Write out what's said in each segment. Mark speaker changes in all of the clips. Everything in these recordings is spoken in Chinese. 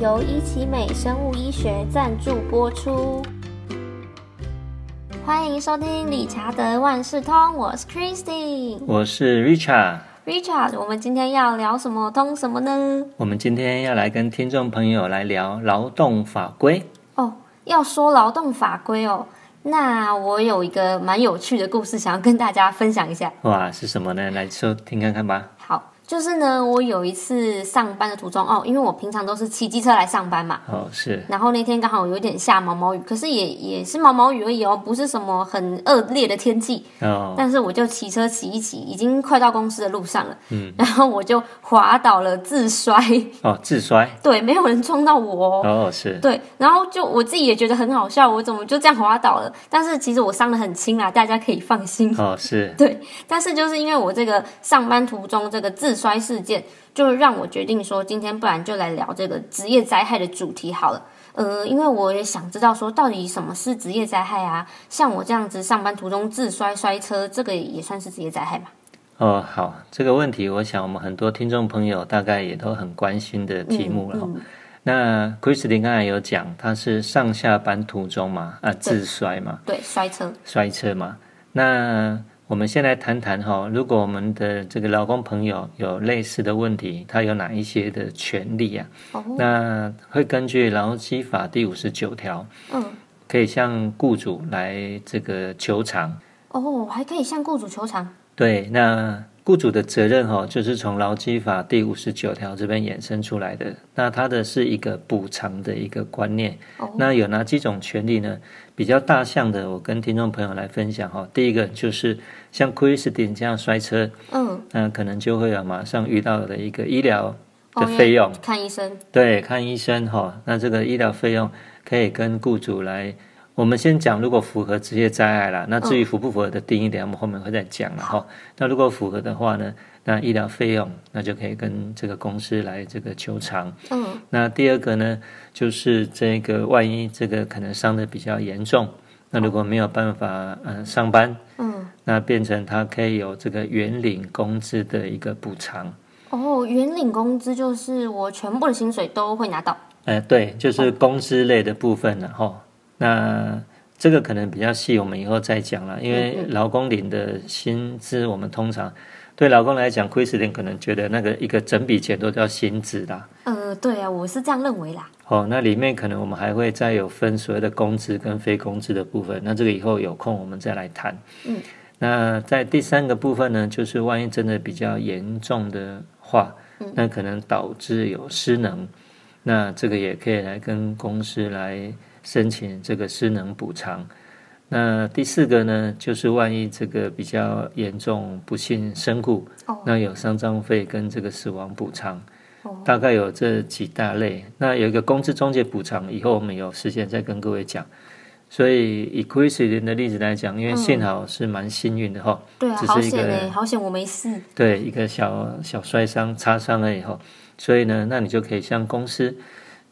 Speaker 1: 由伊奇美生物医学赞助播出。欢迎收听《理查德万事通》，我是 Christine。
Speaker 2: 我是 Richard，
Speaker 1: Richard，我们今天要聊什么通什么呢？
Speaker 2: 我们今天要来跟听众朋友来聊劳动法规。
Speaker 1: 哦，要说劳动法规哦，那我有一个蛮有趣的故事想要跟大家分享一下。
Speaker 2: 哇，是什么呢？来收听看看吧。
Speaker 1: 好，就是呢，我有一次上班的途中哦，因为我平常都是骑机车来上班嘛，
Speaker 2: 哦，是
Speaker 1: 然后那天刚好有点下毛毛雨，可是也也是毛毛雨而已哦，不是什么很恶劣的天气。
Speaker 2: 哦，
Speaker 1: 但是我就骑车骑一骑，已经快到公司的路上了，嗯， 然后我就滑倒了，自摔，
Speaker 2: 哦，自摔。
Speaker 1: 对，没有人撞到我哦、
Speaker 2: 哦，是
Speaker 1: 对，然后就我自己也觉得很好笑，我怎么就这样滑倒了？但是其实我伤得很轻啦，大家可以放心。
Speaker 2: 哦，是
Speaker 1: 对，但是就是因为我这个上班途中这个自摔事件，就让我决定说，今天不然就来聊这个职业灾害的主题好了。呃，因为我也想知道说，到底什么是职业灾害啊？像我这样子上班途中自摔摔车，这个也算是职业灾害嘛？
Speaker 2: 哦，好，这个问题，我想我们很多听众朋友大概也都很关心的题目
Speaker 1: 嗯
Speaker 2: 了哦。那 Christine 刚才有讲，她是上下班途中嘛，啊，自摔嘛，
Speaker 1: 对，摔车。
Speaker 2: 摔车嘛。那我们先来谈谈哈、如果我们的这个劳工朋友有类似的问题，他有哪一些的权利啊？
Speaker 1: 哦，
Speaker 2: 那会根据劳基法第五十九条，
Speaker 1: 嗯，
Speaker 2: 可以向雇主来这个求偿。
Speaker 1: 哦，还可以向雇主求偿。
Speaker 2: 对，那雇主的责任哈、就是从劳基法第五十九条这边衍生出来的。那它的是一个补偿的一个观念。
Speaker 1: 哦
Speaker 2: 那有哪几种权利呢？比较大项的，我跟听众朋友来分享哈、第一个就是像 Christine 这样摔车，
Speaker 1: 嗯，
Speaker 2: 那可能就会有马上遇到的一个医疗
Speaker 1: 哦
Speaker 2: 的费用。
Speaker 1: 看医生。
Speaker 2: 对，看医生哈、那这个医疗费用可以跟雇主来，我们先讲，如果符合职业灾害啦，那至于符不符合的定义，等一下我们后面会再讲了
Speaker 1: 哦
Speaker 2: 哈、那如果符合的话呢，那医疗费用那就可以跟这个公司来这个求偿。
Speaker 1: 嗯，
Speaker 2: 那第二个呢，就是这个万一这个可能伤的比较严重，那如果没有办法嗯、呃上班，
Speaker 1: 嗯，
Speaker 2: 那变成他可以有这个原领工资的一个补偿。
Speaker 1: 哦，原领工资就是我全部的薪水都会拿到。
Speaker 2: 呃，对，就是工资类的部分了哈、吼那这个可能比较细，我们以后再讲了。因为劳工领的薪资，我们通常对劳工来讲，亏十点可能觉得那个一个整笔钱都叫薪资啦。
Speaker 1: 呃，对啊，我是这样认为啦。
Speaker 2: 哦，那里面可能我们还会再有分所谓的工资跟非工资的部分。那这个以后有空我们再来谈。
Speaker 1: 嗯，
Speaker 2: 那在第三个部分呢，就是万一真的比较严重的话，
Speaker 1: 嗯
Speaker 2: 那可能导致有失能，那这个也可以来跟公司来申请这个失能补偿。那第四个呢，就是万一这个比较严重不幸身故，
Speaker 1: 哦
Speaker 2: 那有丧葬费跟这个死亡补偿
Speaker 1: 哦，
Speaker 2: 大概有这几大类。那有一个工资中介补偿，以后我们有时间再跟各位讲。所以以 Chris 的例子来讲，因为幸好是蛮幸运的哈、
Speaker 1: 对啊，
Speaker 2: 只
Speaker 1: 好
Speaker 2: 是一
Speaker 1: 险
Speaker 2: 个
Speaker 1: 哎、好险我没事。
Speaker 2: 对，一个小小摔伤、擦伤了以后，所以呢，那你就可以向公司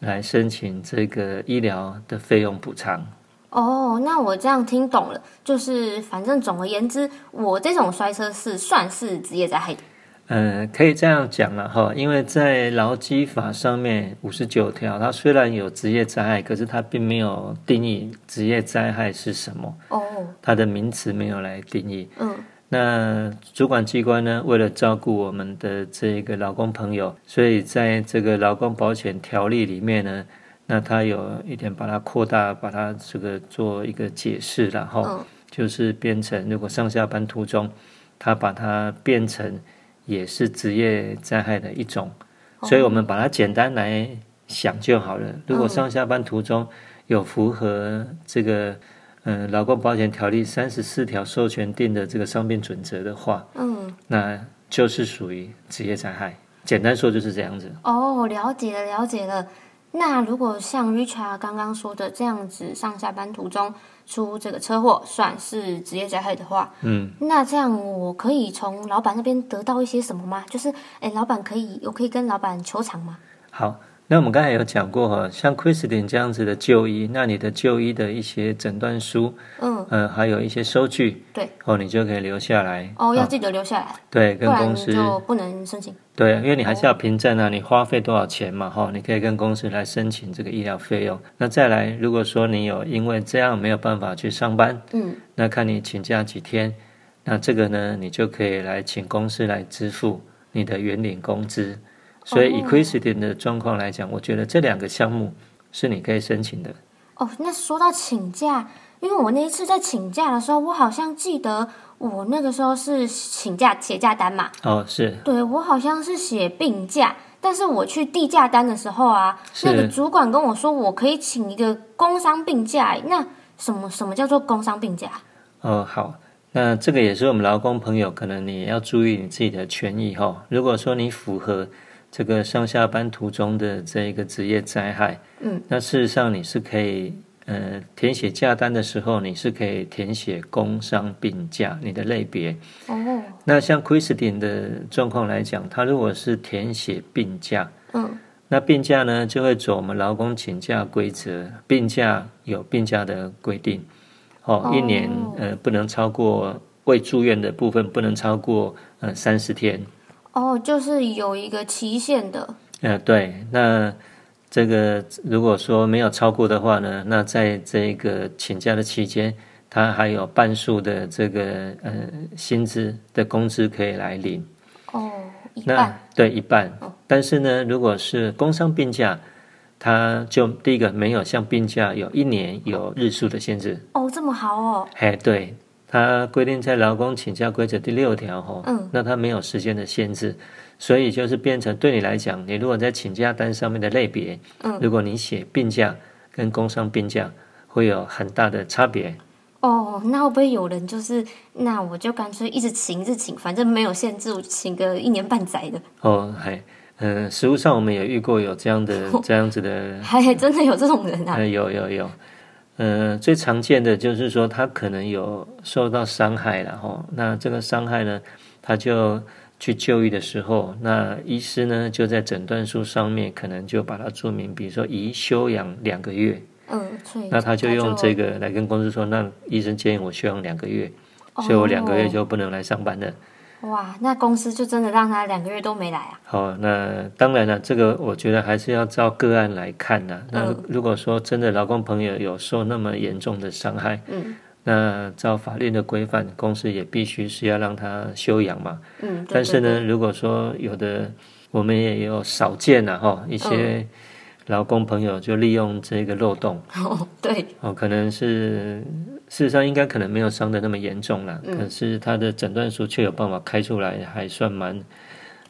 Speaker 2: 来申请这个医疗的费用补偿。
Speaker 1: 哦，那我这样听懂了，就是反正总而言之，我这种摔车是算是职业灾害的。
Speaker 2: 呃，可以这样讲了哈，因为在劳基法上面五十九条，它虽然有职业灾害，可是它并没有定义职业灾害是什么，
Speaker 1: 哦，
Speaker 2: 它的名词没有来定义。
Speaker 1: 嗯，
Speaker 2: 那主管机关呢，为了照顾我们的这个劳工朋友，所以在这个劳工保险条例里面呢，那它有一点把它扩大，把它这个做一个解释啦，然后、
Speaker 1: 嗯
Speaker 2: 就是变成如果上下班途中，它把它变成也是职业灾害的一种，所以我们把它简单来想就好了。如果上下班途中有符合这个。嗯，劳工保险条例三十四条授权定的这个伤病准则的话，
Speaker 1: 嗯，
Speaker 2: 那就是属于职业灾害。简单说就是这样子。
Speaker 1: 哦，了解了，了解了。那如果像 Richard 刚刚说的这样子，上下班途中出这个车祸算是职业灾害的话，
Speaker 2: 嗯，
Speaker 1: 那这样我可以从老板那边得到一些什么吗？就是，哎，老板可以，我可以跟老板求偿吗？
Speaker 2: 好，那我们刚才有讲过哈，像 Christine 这样子的就医，那你的就医的一些诊断书，
Speaker 1: 嗯，
Speaker 2: 呃，还有一些收据，
Speaker 1: 对，
Speaker 2: 哦，你就可以留下来。
Speaker 1: 哦，要记得留下来，
Speaker 2: 对，
Speaker 1: 不
Speaker 2: 啊跟
Speaker 1: 然
Speaker 2: 公司
Speaker 1: 啊就不能申请。
Speaker 2: 对，因为你还是要凭证啊，你花费多少钱嘛，哈，你可以跟公司来申请这个医疗费用。那再来，如果说你有因为这样没有办法去上班，
Speaker 1: 嗯，
Speaker 2: 那看你请假几天，那这个呢，你就可以来请公司来支付你的原领工资。所以以
Speaker 1: 哦
Speaker 2: Christian 的状况来讲，我觉得这两个项目是你可以申请的。
Speaker 1: 哦，那说到请假，因为我那一次在请假的时候，我好像记得我那个时候是请假写假单嘛，
Speaker 2: 哦，是
Speaker 1: 对我好像是写病假，但是我去递假单的时候啊，那个
Speaker 2: 是
Speaker 1: 主管跟我说我可以请一个工伤病假，那什么什么叫做工伤病假？
Speaker 2: 哦，好，那这个也是我们劳工朋友，可能你也要注意你自己的权益哈、如果说你符合这个上下班途中的这一个职业灾害，
Speaker 1: 嗯，
Speaker 2: 那事实上你是可以，呃，填写假单的时候，你是可以填写工伤病假你的类别。
Speaker 1: 哦，
Speaker 2: 那像 Christine 的状况来讲，她如果是填写病假，
Speaker 1: 嗯，
Speaker 2: 那病假呢就会走我们劳工请假规则，病假有病假的规定，
Speaker 1: 哦，
Speaker 2: 哦一年呃不能超过未住院的部分不能超过呃三十天，
Speaker 1: 哦，就是有一个期限的，
Speaker 2: 呃对，那这个如果说没有超过的话呢，那在这个请假的期间，他还有半数的这个呃薪资的工资可以来领。
Speaker 1: 哦，一半哦
Speaker 2: 那对一半，但是呢，如果是工伤病假，它就第一个没有像病假有一年有日数的限制，
Speaker 1: 哦，这么好哦，
Speaker 2: 哎，对，它规定在劳工请假规则第六条吼，
Speaker 1: 嗯
Speaker 2: 那它没有时间的限制，所以就是变成对你来讲，你如果在请假单上面的类别，
Speaker 1: 嗯
Speaker 2: 如果你写病假跟工伤病假会有很大的差别，
Speaker 1: 哦，那会不会有人就是，那我就干脆一直请一直请，反正没有限制，我请个一年半载的，
Speaker 2: 哦，还，嗯、实务上我们也遇过有这 样的这样子的
Speaker 1: 还还真的有这种人啊？
Speaker 2: 呃，有有有，呃，最常见的就是说他可能有受到伤害了哈，那这个伤害呢，他就去就医的时候，那医师呢就在诊断书上面可能就把它注明，比如说宜休养两个月，
Speaker 1: 嗯，所以
Speaker 2: 那他就用这
Speaker 1: 个，
Speaker 2: 个来跟公司说，那医生建议我休养两个月，所以我两个月就不能来上班了。
Speaker 1: 哦哇，那公司就真的让他两个月都没来啊？
Speaker 2: 好，那当然了，这个我觉得还是要照个案来看呐、那
Speaker 1: 嗯
Speaker 2: 如果说真的劳工朋友有受那么严重的伤害，
Speaker 1: 嗯
Speaker 2: 那照法律的规范，公司也必须是要让他休养嘛。
Speaker 1: 嗯，对
Speaker 2: 但是，
Speaker 1: 对
Speaker 2: 呢，
Speaker 1: 对
Speaker 2: 如果说有的，我们也有少见啊、哈，一
Speaker 1: 嗯
Speaker 2: 些劳工朋友就利用这个漏洞，
Speaker 1: 哦，对，
Speaker 2: 哦，可能是事实上应该可能没有伤的那么严重啦，
Speaker 1: 嗯
Speaker 2: 可是他的诊断书却有办法开出来，还算蛮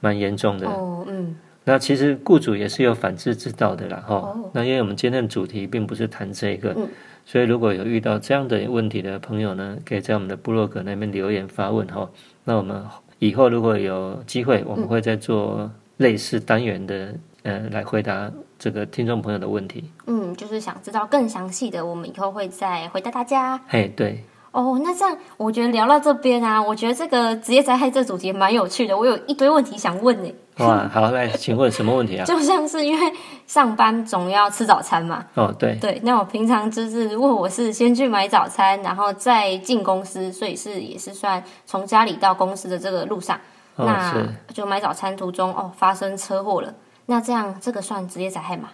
Speaker 2: 蛮严重的。
Speaker 1: 哦，嗯，
Speaker 2: 那其实雇主也是有反制之道的啦，哈、
Speaker 1: 哦
Speaker 2: 那因为我们今天的主题并不是谈这个，
Speaker 1: 嗯
Speaker 2: 所以如果有遇到这样的问题的朋友呢，可以在我们的部落格那边留言发问哈、那我们以后如果有机会，我
Speaker 1: 嗯
Speaker 2: 们会再做类似单元的，呃，来回答这个听众朋友的问题。
Speaker 1: 嗯，就是想知道更详细的，我们以后会再回答大家。
Speaker 2: 嘿，对，
Speaker 1: 哦，那这样我觉得聊到这边啊，我觉得这个职业灾害这主题蛮有趣的，我有一堆问题想问呢、
Speaker 2: 哇，好，来，请问什么问题啊？
Speaker 1: 就像是因为上班总要吃早餐嘛，
Speaker 2: 哦，对，
Speaker 1: 对，那我平常就是如果我是先去买早餐，然后再进公司，所以是也是算从家里到公司的这个路上，
Speaker 2: 哦
Speaker 1: 那
Speaker 2: 是
Speaker 1: 就买早餐途中哦发生车祸了，那这样这个算职业灾害吗？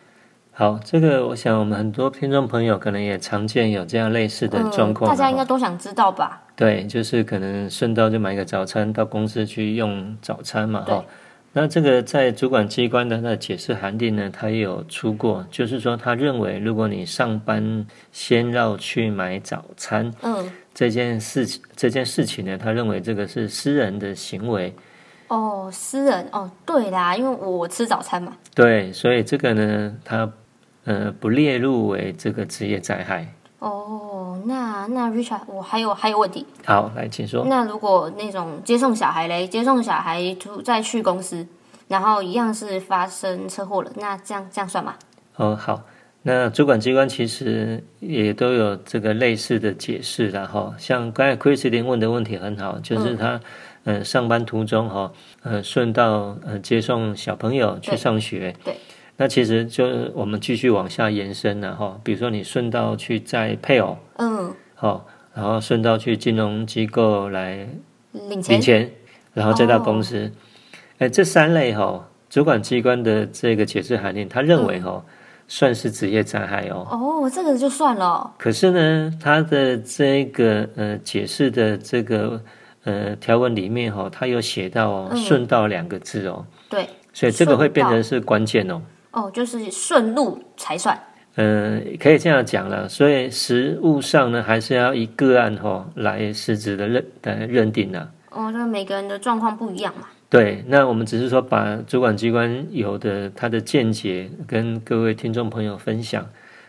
Speaker 2: 好，这个我想我们很多听众朋友可能也常见有这样类似的状
Speaker 1: 嗯大
Speaker 2: 况啊啦，
Speaker 1: 家
Speaker 2: 哈
Speaker 1: 应该都想知道吧？
Speaker 2: 对，就是可能顺道就买个早餐到公司去用早餐嘛，
Speaker 1: 对
Speaker 2: 哈。那这个在主管机关的它的解释函令呢，它也有出过，就是说他认为如果你上班先绕去买早餐
Speaker 1: 嗯，
Speaker 2: 这件事情，这件事情呢，他认为这个是私人的行为，
Speaker 1: 哦，私人哦，对啦，因为我吃早餐嘛，
Speaker 2: 对，所以这个呢，他呃不列入为这个职业灾害。
Speaker 1: 哦，那那 Richard，我还有还有问题，
Speaker 2: 好，来，请说。
Speaker 1: 那如果那种接送小孩嘞，接送小孩出再去公司，然后一样是发生车祸了，那这样这样算吗？
Speaker 2: 哦，好，那主管机关其实也都有这个类似的解释啦，哈。像刚才 Christine 问的问题很好，就是他，嗯、呃，上班途中哈，呃，顺道呃接送小朋友去
Speaker 1: 对
Speaker 2: 上学，
Speaker 1: 对
Speaker 2: 那其实就是我们继续往下延伸了哈，比如说你顺道去载配偶，
Speaker 1: 嗯，
Speaker 2: 哈，然后顺道去金融机构来
Speaker 1: 领钱
Speaker 2: 领钱，然后再到
Speaker 1: 哦
Speaker 2: 公司。哎、这三类哈、主管机关的这个解释函令，他认
Speaker 1: 嗯
Speaker 2: 为哈、算是职业灾害哦。
Speaker 1: 哦，这个就算了哦，
Speaker 2: 可是呢，他的这个呃解释的这个呃条文里面哈、他有写到哦“
Speaker 1: 嗯
Speaker 2: 顺道”两个字哦，
Speaker 1: 对，
Speaker 2: 所以这个会变
Speaker 1: 顺
Speaker 2: 成是关键哦。
Speaker 1: 哦，就是顺路才算，
Speaker 2: 呃，可以这样讲了，所以实务上呢，还是要以个案哈、来实质的认呃认定啊。
Speaker 1: 哦，就是每个人的状况不一样嘛，
Speaker 2: 对，那我们只是说把主管机关有的他的见解跟各位听众朋友分享。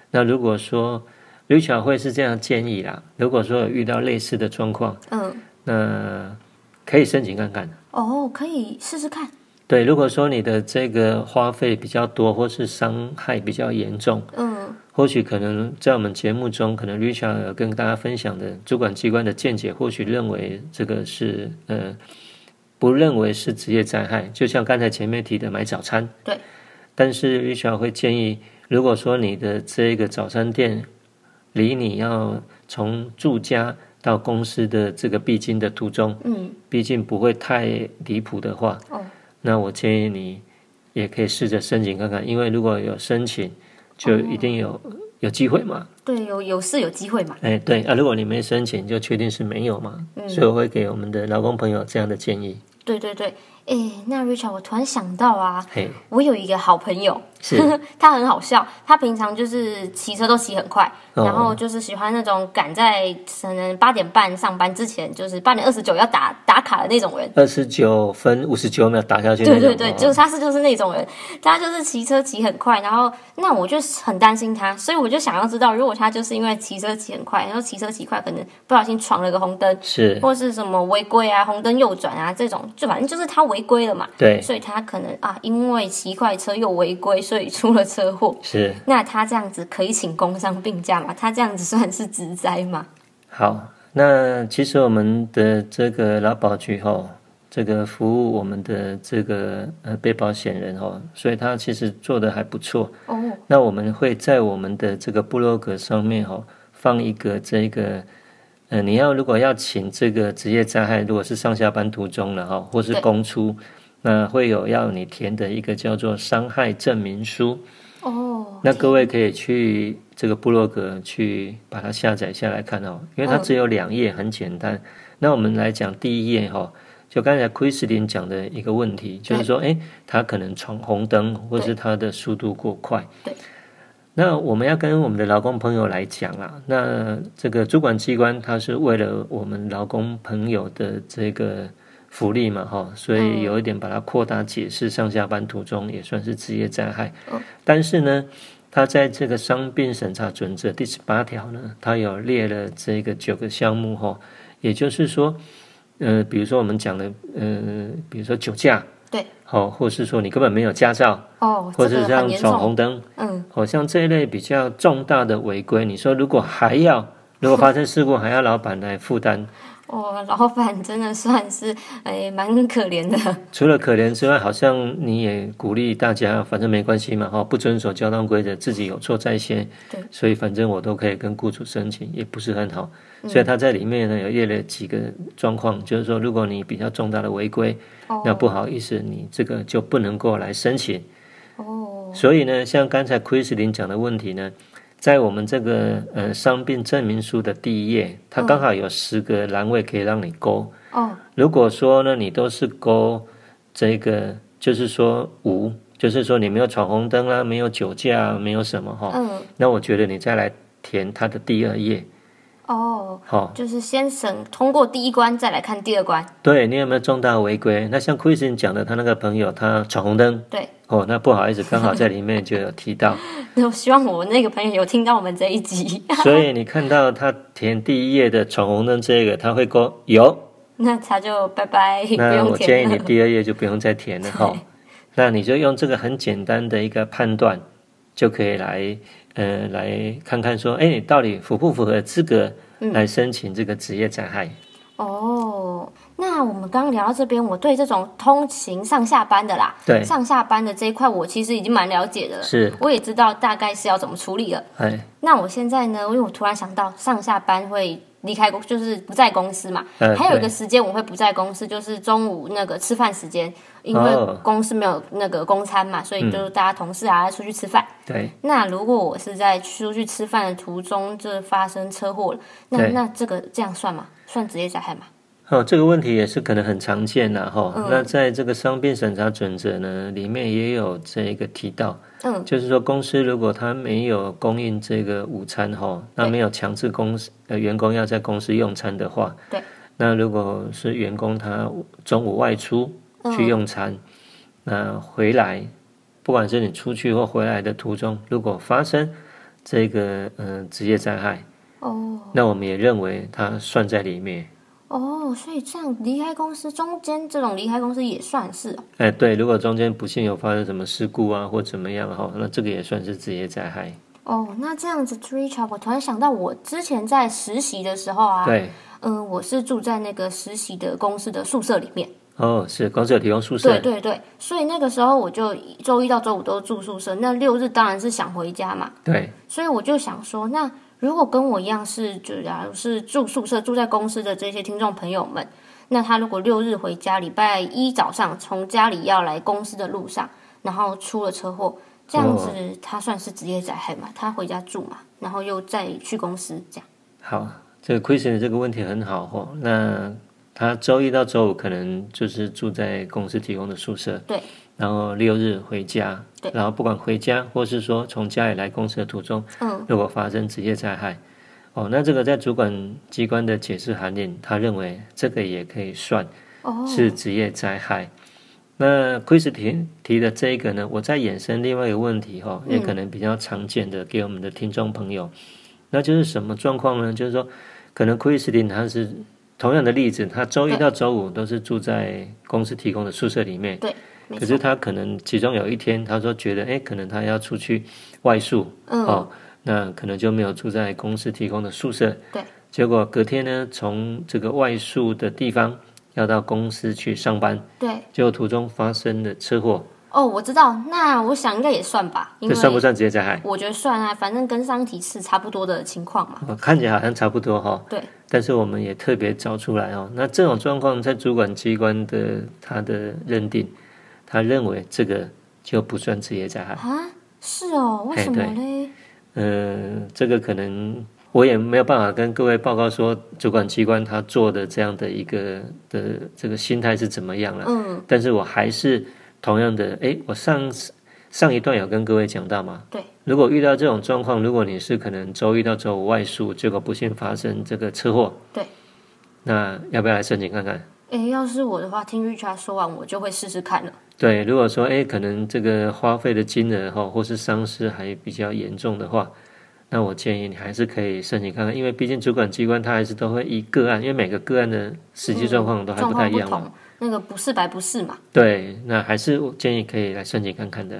Speaker 2: 那如果说吕巧慧是这样建议啦，如果说有遇到类似的状况，
Speaker 1: 嗯，
Speaker 2: 那可以申请看看。
Speaker 1: 哦，可以试试看，
Speaker 2: 对，如果说你的这个花费比较多，或是伤害比较严重，
Speaker 1: 嗯，
Speaker 2: 或许可能在我们节目中，可能 Richard 有跟大家分享的主管机关的见解，或许认为这个是呃不认为是职业灾害，就像刚才前面提的买早餐。
Speaker 1: 对。
Speaker 2: 但是 Richard 会建议，如果说你的这个早餐店离你要从住家到公司的这个必经的途中，
Speaker 1: 嗯，
Speaker 2: 毕竟不会太离谱的话，
Speaker 1: 哦
Speaker 2: 那我建议你也可以试着申请看看，因为如果有申请，就一定有、
Speaker 1: 哦
Speaker 2: 有机会嘛。
Speaker 1: 对，有有事有机会嘛，
Speaker 2: 哎，对啊，如果你没申请，就确定是没有嘛。
Speaker 1: 嗯
Speaker 2: 所以我会给我们的劳工朋友这样的建议。
Speaker 1: 对对对，诶，那 Richard，我突然想到啊，
Speaker 2: 嘿，
Speaker 1: 我有一个好朋友，
Speaker 2: 是
Speaker 1: 他很好笑，他平常就是骑车都骑很快，
Speaker 2: 哦
Speaker 1: 然后就是喜欢那种赶在可能八点半上班之前，就是八点二十九要打打卡的那种人。
Speaker 2: 二十九分五十九秒打下去那
Speaker 1: 对
Speaker 2: 种
Speaker 1: 对
Speaker 2: 哦。
Speaker 1: 对，就是他是就是那种人，他就是骑车骑很快，然后那我就很担心他，所以我就想要知道，如果他就是因为骑车骑很快，然后骑车骑快，可能不小心闯了个红灯，
Speaker 2: 是，
Speaker 1: 或是什么违规啊，红灯右转啊这种，就反正就是他违规了嘛，
Speaker 2: 对，
Speaker 1: 所以他可能啊因为骑快车又违规，所以出了车祸。
Speaker 2: 是
Speaker 1: 那他这样子可以请工伤病假吗？他这样子算是职灾吗？
Speaker 2: 好。那其实我们的这个劳保局哈、这个服务我们的这个呃被保险人哦，所以他其实做的还不错。
Speaker 1: 哦，
Speaker 2: 那我们会在我们的这个部落格上面哈、放一个这个，呃，你要如果要请这个职业灾害，如果是上下班途中了哈、或是
Speaker 1: 对
Speaker 2: 公出，那会有要你填的一个叫做伤害证明书。
Speaker 1: 哦，
Speaker 2: 那各位可以去这个部落格去把它下载下来看哦，因为它只有两页，很简单。那我们来讲第一页哈、就刚才 Christine 讲的一个问题，就是说，哎，他可能闯红灯，或是他的速度过快。
Speaker 1: 对。
Speaker 2: 那我们要跟我们的劳工朋友来讲啦，那这个主管机关它是为了我们劳工朋友的这个福利嘛，哈、所
Speaker 1: 嗯
Speaker 2: 以有一点把它扩大解释，上下班途中也算是职业灾害。
Speaker 1: 哦
Speaker 2: 但是呢，它在这个伤病审查准则第十八条呢，它有列了这个九个项目哈、也就是说，呃，比如说我们讲的，呃，比如说酒驾，
Speaker 1: 对，
Speaker 2: 好、或是说你根本没有驾照，
Speaker 1: 哦，
Speaker 2: 或
Speaker 1: 这
Speaker 2: 是
Speaker 1: 个
Speaker 2: 像
Speaker 1: 很严
Speaker 2: 闯
Speaker 1: 重，
Speaker 2: 红灯，
Speaker 1: 嗯，
Speaker 2: 好、像这一类比较重大的违规，你说如果 还要，如果发生事故还要老板来负担，
Speaker 1: 哦，老板真的算是 哎蛮可怜的，
Speaker 2: 除了可怜之外，好像你也鼓励大家，反正没关系嘛，哈，不遵守交通规则，自己有错在先
Speaker 1: 对，
Speaker 2: 所以反正我都可以跟雇主申请，也不是很好。
Speaker 1: 嗯
Speaker 2: 所以他在里面呢有列了几个状况，就是说，如果你比较重大的违规，
Speaker 1: 哦
Speaker 2: 那不好意思，你这个就不能够来申请。
Speaker 1: 哦，
Speaker 2: 所以呢，像刚才 Chris 林讲的问题呢，在我们这个呃伤病证明书的第一页，它刚好有十个栏位可以让你勾。
Speaker 1: 哦，
Speaker 2: 如果说呢，你都是勾这个，就是说无，就是说你没有闯红灯啦、没有酒驾啊、没有什么哈、
Speaker 1: 嗯，
Speaker 2: 那我觉得你再来填它的第二页，
Speaker 1: 哦，
Speaker 2: 哈、
Speaker 1: 就是先审通过第一关，再来看第二关，
Speaker 2: 对你有没有重大违规？那像 Christian 讲的，他那个朋友他闯红灯，
Speaker 1: 对，
Speaker 2: 哦，那不好意思，刚好在里面就有提到，
Speaker 1: 那我希望我那个朋友有听到我们这一集，
Speaker 2: 所以你看到他填第一页的闯红灯这个，他会勾有，
Speaker 1: 那他就拜拜， 不
Speaker 2: 那
Speaker 1: 用
Speaker 2: 我建
Speaker 1: 填
Speaker 2: 议你
Speaker 1: 了，
Speaker 2: 第二页就不用再填 了哈、那你就用这个很简单的一个判断，就可以来呃来看看说，哎，你
Speaker 1: 嗯
Speaker 2: 到底符不符合资格来申请这个职业灾害？
Speaker 1: 哦。那我们刚刚聊到这边，我对这种通勤上下班的啦，
Speaker 2: 对
Speaker 1: 上下班的这一块，我其实已经蛮了解的了，
Speaker 2: 是，
Speaker 1: 我也知道大概是要怎么处理了。
Speaker 2: 哎，
Speaker 1: 那我现在呢，因为我突然想到上下班会离开公，就是不在公司嘛。
Speaker 2: 呃
Speaker 1: 还有一
Speaker 2: 对
Speaker 1: 个时间我会不在公司，就是中午那个吃饭时间，因为
Speaker 2: 哦嗯
Speaker 1: 公司没有那个公餐嘛，所以就是大家同事啊出去吃饭。
Speaker 2: 对，
Speaker 1: 那如果我是在出去吃饭的途中就发生车祸了，那
Speaker 2: 对
Speaker 1: 那这个这样算吗？算职业灾害吗？
Speaker 2: 哦，这个问题也是可能很常见的哈、
Speaker 1: 嗯
Speaker 2: 那在这个伤病审查准则呢，里面也有这一个提到，
Speaker 1: 嗯，
Speaker 2: 就是说公司如果它没有供应这个午餐哈，那
Speaker 1: 对
Speaker 2: 没有强制公司呃员工要在公司用餐的话，
Speaker 1: 对，
Speaker 2: 那如果是员工他中午外出
Speaker 1: 嗯
Speaker 2: 去用餐，那回来，不管是你出去或回来的途中，如果发生这个呃职业灾害，
Speaker 1: 哦
Speaker 2: 那我们也认为它算在里面。
Speaker 1: 哦，所以这样离开公司中间这种离开公司也算是哦
Speaker 2: 哎，对，如果中间不幸有发生什么事故啊，或怎么样哈、那这个也算是职业灾害。
Speaker 1: 哦。那这样子 t r i c h a 我突然想到我之前在实习的时候啊，
Speaker 2: 对，
Speaker 1: 嗯，我是住在那个实习的公司的宿舍里面。
Speaker 2: 哦，是公司有提供宿
Speaker 1: 对
Speaker 2: 舍，
Speaker 1: 对对，所以那个时候我就周一到周五都住宿舍，那六日当然是想回家嘛。
Speaker 2: 对，
Speaker 1: 所以我就想说，那如果跟我一样是，就假如是住宿舍、住在公司的这些听众朋友们，那他如果六日回家，礼拜一早上从家里要来公司的路上，然后出了车祸，这样子
Speaker 2: 哦
Speaker 1: 他算是职业灾害嘛？他回家住嘛，然后又再去公司这样。
Speaker 2: 好，这个 Christian 这个问题很好哦。那他周一到周五可能就是住在公司提供的宿舍，
Speaker 1: 对，
Speaker 2: 然后六日回家，
Speaker 1: 对
Speaker 2: 然后不管回家或是说从家里来公司的途中，
Speaker 1: 嗯，
Speaker 2: 如果发生职业灾害，哦，那这个在主管机关的解释函里，他认为这个也可以算
Speaker 1: 哦，
Speaker 2: 是职业灾害。那 Chris 提提的这一个呢，我再衍生另外一个问题哈、哦，
Speaker 1: 嗯
Speaker 2: 也可能比较常见的给我们的听众朋友，那就是什么状况呢？就是说，可能 Chris 提他是同样的例子，他周一
Speaker 1: 对
Speaker 2: 到周五都是住在公司提供的宿舍里面，
Speaker 1: 对，没
Speaker 2: 可
Speaker 1: 错
Speaker 2: 是，他可能其中有一天，他说觉得哎，可能他要出去外宿，
Speaker 1: 嗯，
Speaker 2: 哦，那可能就没有住在公司提供的宿舍。
Speaker 1: 对。
Speaker 2: 结果隔天呢，从这个外宿的地方要到公司去上班，
Speaker 1: 对，
Speaker 2: 结果途中发生了车祸，
Speaker 1: 哦，我知道，那我想应该也算吧，因
Speaker 2: 这算不
Speaker 1: 为
Speaker 2: 算职业灾害？
Speaker 1: 我觉得算啊，反正跟上一题是差不多的情况嘛。
Speaker 2: 哦，看起来好像差不多哈、哦。
Speaker 1: 对。
Speaker 2: 但是我们也特别找出来哦。那这种状况在主管机关的他的认定，他认为这个就不算职业灾害。
Speaker 1: 啊，是哦，为
Speaker 2: 嘿
Speaker 1: 什么
Speaker 2: 对
Speaker 1: 嘞？
Speaker 2: 嗯，这个可能我也没有办法跟各位报告说主管机关他做的这样的一个的这个心态是怎么样了。
Speaker 1: 嗯，
Speaker 2: 但是我还是同样的，诶，我上次上一段有跟各位讲到嘛，
Speaker 1: 对，
Speaker 2: 如果遇到这种状况，如果你是可能周一到周五外宿，结果不幸发生这个车祸，
Speaker 1: 对，
Speaker 2: 那要不要来申请看看？
Speaker 1: 诶，要是我的话，听 Richard 说完，我就会试试看了。
Speaker 2: 对，如果说诶，可能这个花费的金额哈，或是伤势还比较严重的话，那我建议你还是可以申请看看，因为毕竟主管机关他还是都会依个案，因为每个个案的实际状况都还
Speaker 1: 嗯状
Speaker 2: 不
Speaker 1: 况
Speaker 2: 太一
Speaker 1: 不
Speaker 2: 样嘛。
Speaker 1: 同，那个不是白不是嘛。
Speaker 2: 对，那还是我建议可以来申请看看的。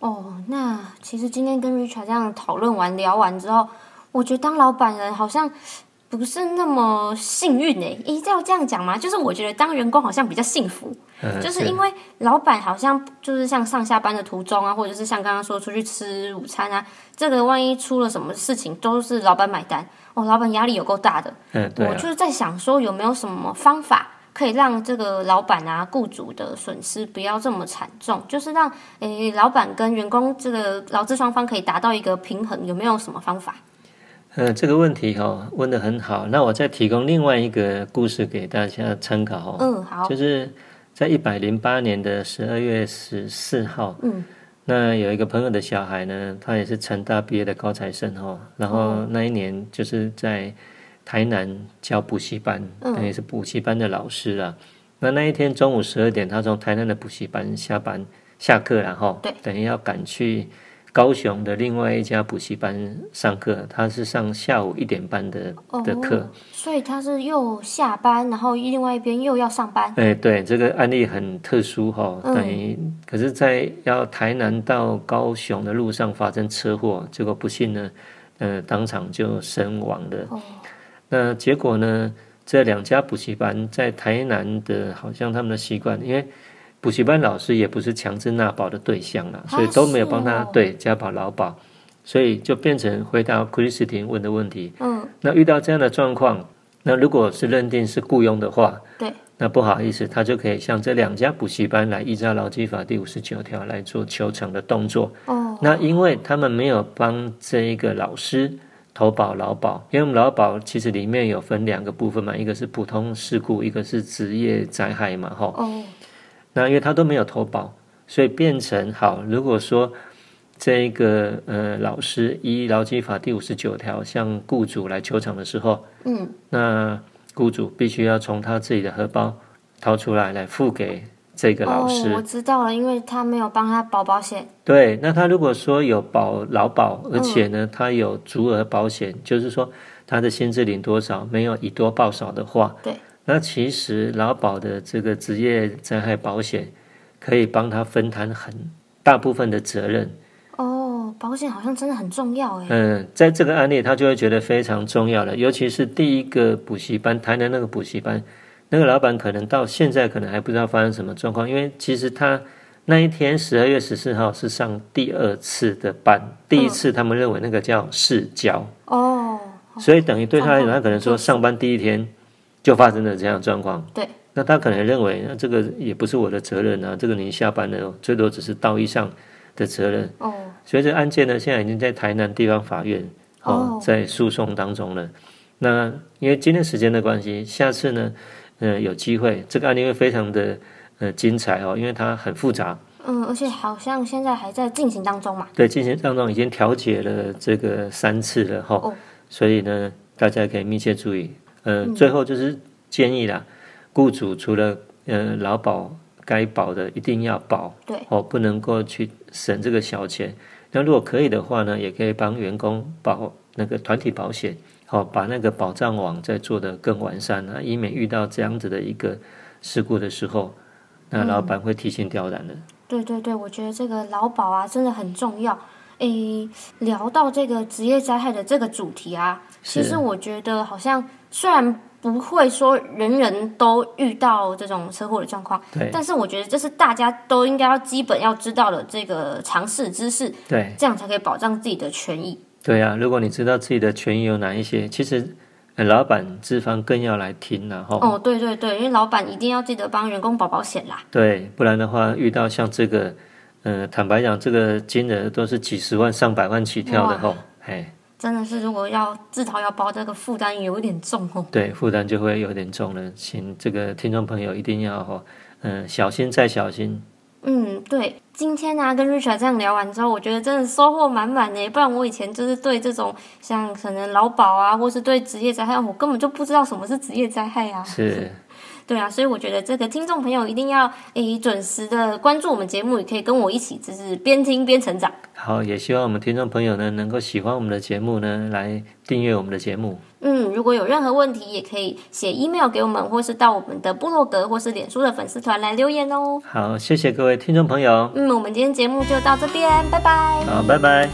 Speaker 1: 哦，那其实今天跟 Richard 这样讨论完、聊完之后，我觉得当老板人好像不是那么幸运诶。诶，要这样讲吗？就是我觉得当员工好像比较幸福，
Speaker 2: 嗯，
Speaker 1: 就是因为老板好像就是像上下班的途中啊，或者是像刚刚说出去吃午餐啊，这个万一出了什么事情，都是老板买单。哦，老板压力有够大的。
Speaker 2: 嗯，对
Speaker 1: 我
Speaker 2: 啊，
Speaker 1: 就是在想说，有没有什么方法可以让这个老板啊、雇主的损失不要这么惨重，就是让诶、老板跟员工这个劳资双方可以达到一个平衡，有没有什么方法？
Speaker 2: 嗯，这个问题哈、问的很好，那我再提供另外一个故事给大家参考哦。
Speaker 1: 嗯，好，
Speaker 2: 就是在一百零八年的十二月十四号，
Speaker 1: 嗯，
Speaker 2: 那有一个朋友的小孩呢，他也是成大毕业的高材生哦，然后那一年就是在台南教补习班，
Speaker 1: 嗯
Speaker 2: 等于是补习班的老师啦。那那一天中午十二点，他从台南的补习班下班下课然后
Speaker 1: 对
Speaker 2: 等于要赶去高雄的另外一家补习班上课，他是上下午一点半的的课。
Speaker 1: 哦，所以他是又下班，然后另外一边又要上班。
Speaker 2: 哎，对，这个案例很特殊哈、
Speaker 1: 嗯
Speaker 2: 等于、可是，在要台南到高雄的路上发生车祸，结果不幸呢，呃，当场就身亡了。
Speaker 1: 哦，
Speaker 2: 那结果呢，这两家补习班在台南的，好像他们的习惯，因为补习班老师也不是强制纳保的对象啦，所以都没有帮他
Speaker 1: 啊是哦
Speaker 2: 对加保劳保，所以就变成回答 Christine 问的问题。
Speaker 1: 嗯，
Speaker 2: 那遇到这样的状况，那如果是认定是雇佣的话，
Speaker 1: 对，
Speaker 2: 那不好意思，他就可以向这两家补习班来依照劳基法第五十九条来做求偿的动作。
Speaker 1: 哦，
Speaker 2: 那因为他们没有帮这一个老师投保劳保，因为我们劳保其实里面有分两个部分嘛，一个是普通事故，一个是职业灾害嘛，吼。
Speaker 1: 哦，
Speaker 2: 那因为他都没有投保，所以变成好，如果说这个呃老师依劳基法第五十九条向雇主来求偿的时候，
Speaker 1: 嗯，
Speaker 2: 那雇主必须要从他自己的荷包掏出来来付给这个老师。
Speaker 1: 哦，我知道了，因为他没有帮他保保险，
Speaker 2: 对，那他如果说有保劳保，
Speaker 1: 嗯
Speaker 2: 而且呢，他有足额保险，就是说他的薪资领多少，没有以多报少的话，
Speaker 1: 对，
Speaker 2: 那其实劳保的这个职业灾害保险可以帮他分摊很大部分的责任。
Speaker 1: 哦，保险好像真的很重要哎，
Speaker 2: 嗯，在这个案例，他就会觉得非常重要了，尤其是第一个补习班，台南那个补习班，那个老板可能到现在可能还不知道发生什么状况，因为其实他那一天十二月十四号是上第二次的班，第一次他们认为那个叫试教，
Speaker 1: 哦，
Speaker 2: 所以等于对他来讲，
Speaker 1: 状况
Speaker 2: 他可能说上班第一天就发生了这样的状况，
Speaker 1: 对，
Speaker 2: 那他可能认为那这个也不是我的责任啊，这个你下班了，最多只是道义上的责任。
Speaker 1: 哦，
Speaker 2: 所以这案件呢，现在已经在台南地方法院哦
Speaker 1: 哦
Speaker 2: 在诉讼当中了。那因为今天时间的关系，下次呢，呃，有机会这个案例会非常的呃精彩哦，因为它很复杂。
Speaker 1: 嗯，而且好像现在还在进行当中嘛，
Speaker 2: 对，进行当中已经调解了这个三次了哈、
Speaker 1: 哦嗯
Speaker 2: 所以呢，大家可以密切注意。呃，最后就是建议啦，雇主除了呃劳保该保的一定要保，
Speaker 1: 对，
Speaker 2: 哦，不能够去省这个小钱。那如果可以的话呢，也可以帮员工保那个团体保险，好、把那个保障网再做得更完善啊，以免遇到这样子的一个事故的时候，那
Speaker 1: 嗯
Speaker 2: 老板会提心吊胆的。
Speaker 1: 对对对，我觉得这个劳保啊真的很重要。诶，聊到这个职业灾害的这个主题啊，其
Speaker 2: 是
Speaker 1: 实我觉得好像虽然不会说人人都遇到这种车祸的状况，
Speaker 2: 对
Speaker 1: 但是我觉得这是大家都应该要基本要知道的这个常识知识，
Speaker 2: 对。
Speaker 1: 这样才可以保障自己的权益。
Speaker 2: 对啊，如果你知道自己的权益有哪一些，其实呃老板资方更要来听了、哈、
Speaker 1: 哦，对对对，因为老板一定要记得帮员工保保险啦。
Speaker 2: 对，不然的话，遇到像这个，呃，坦白讲，这个金额都是几十万、上百万起跳的
Speaker 1: 哇
Speaker 2: 哈、哎，
Speaker 1: 真的是，如果要自掏腰包，这个负担有一点重哦。
Speaker 2: 对，负担就会有点重了。请这个听众朋友一定要哈，嗯、小心再小心。
Speaker 1: 嗯，对，今天呢、啊跟 Richard 这样聊完之后，我觉得真的收获满满呢。不然我以前就是对这种像可能劳保啊，或是对职业灾害，我根本就不知道什么是职业灾害啊。
Speaker 2: 是，
Speaker 1: 对啊，所以我觉得这个听众朋友一定要诶准时的关注我们节目，也可以跟我一起，就是边听边成长。
Speaker 2: 好，也希望我们听众朋友呢，能够喜欢我们的节目呢，来订阅我们的节目。
Speaker 1: 嗯，如果有任何问题，也可以写 email 给我们，或是到我们的部落格或是脸书的粉丝团来留言哦。
Speaker 2: 好，谢谢各位听众朋友，
Speaker 1: 嗯，我们今天节目就到这边，拜拜。
Speaker 2: 好，拜拜。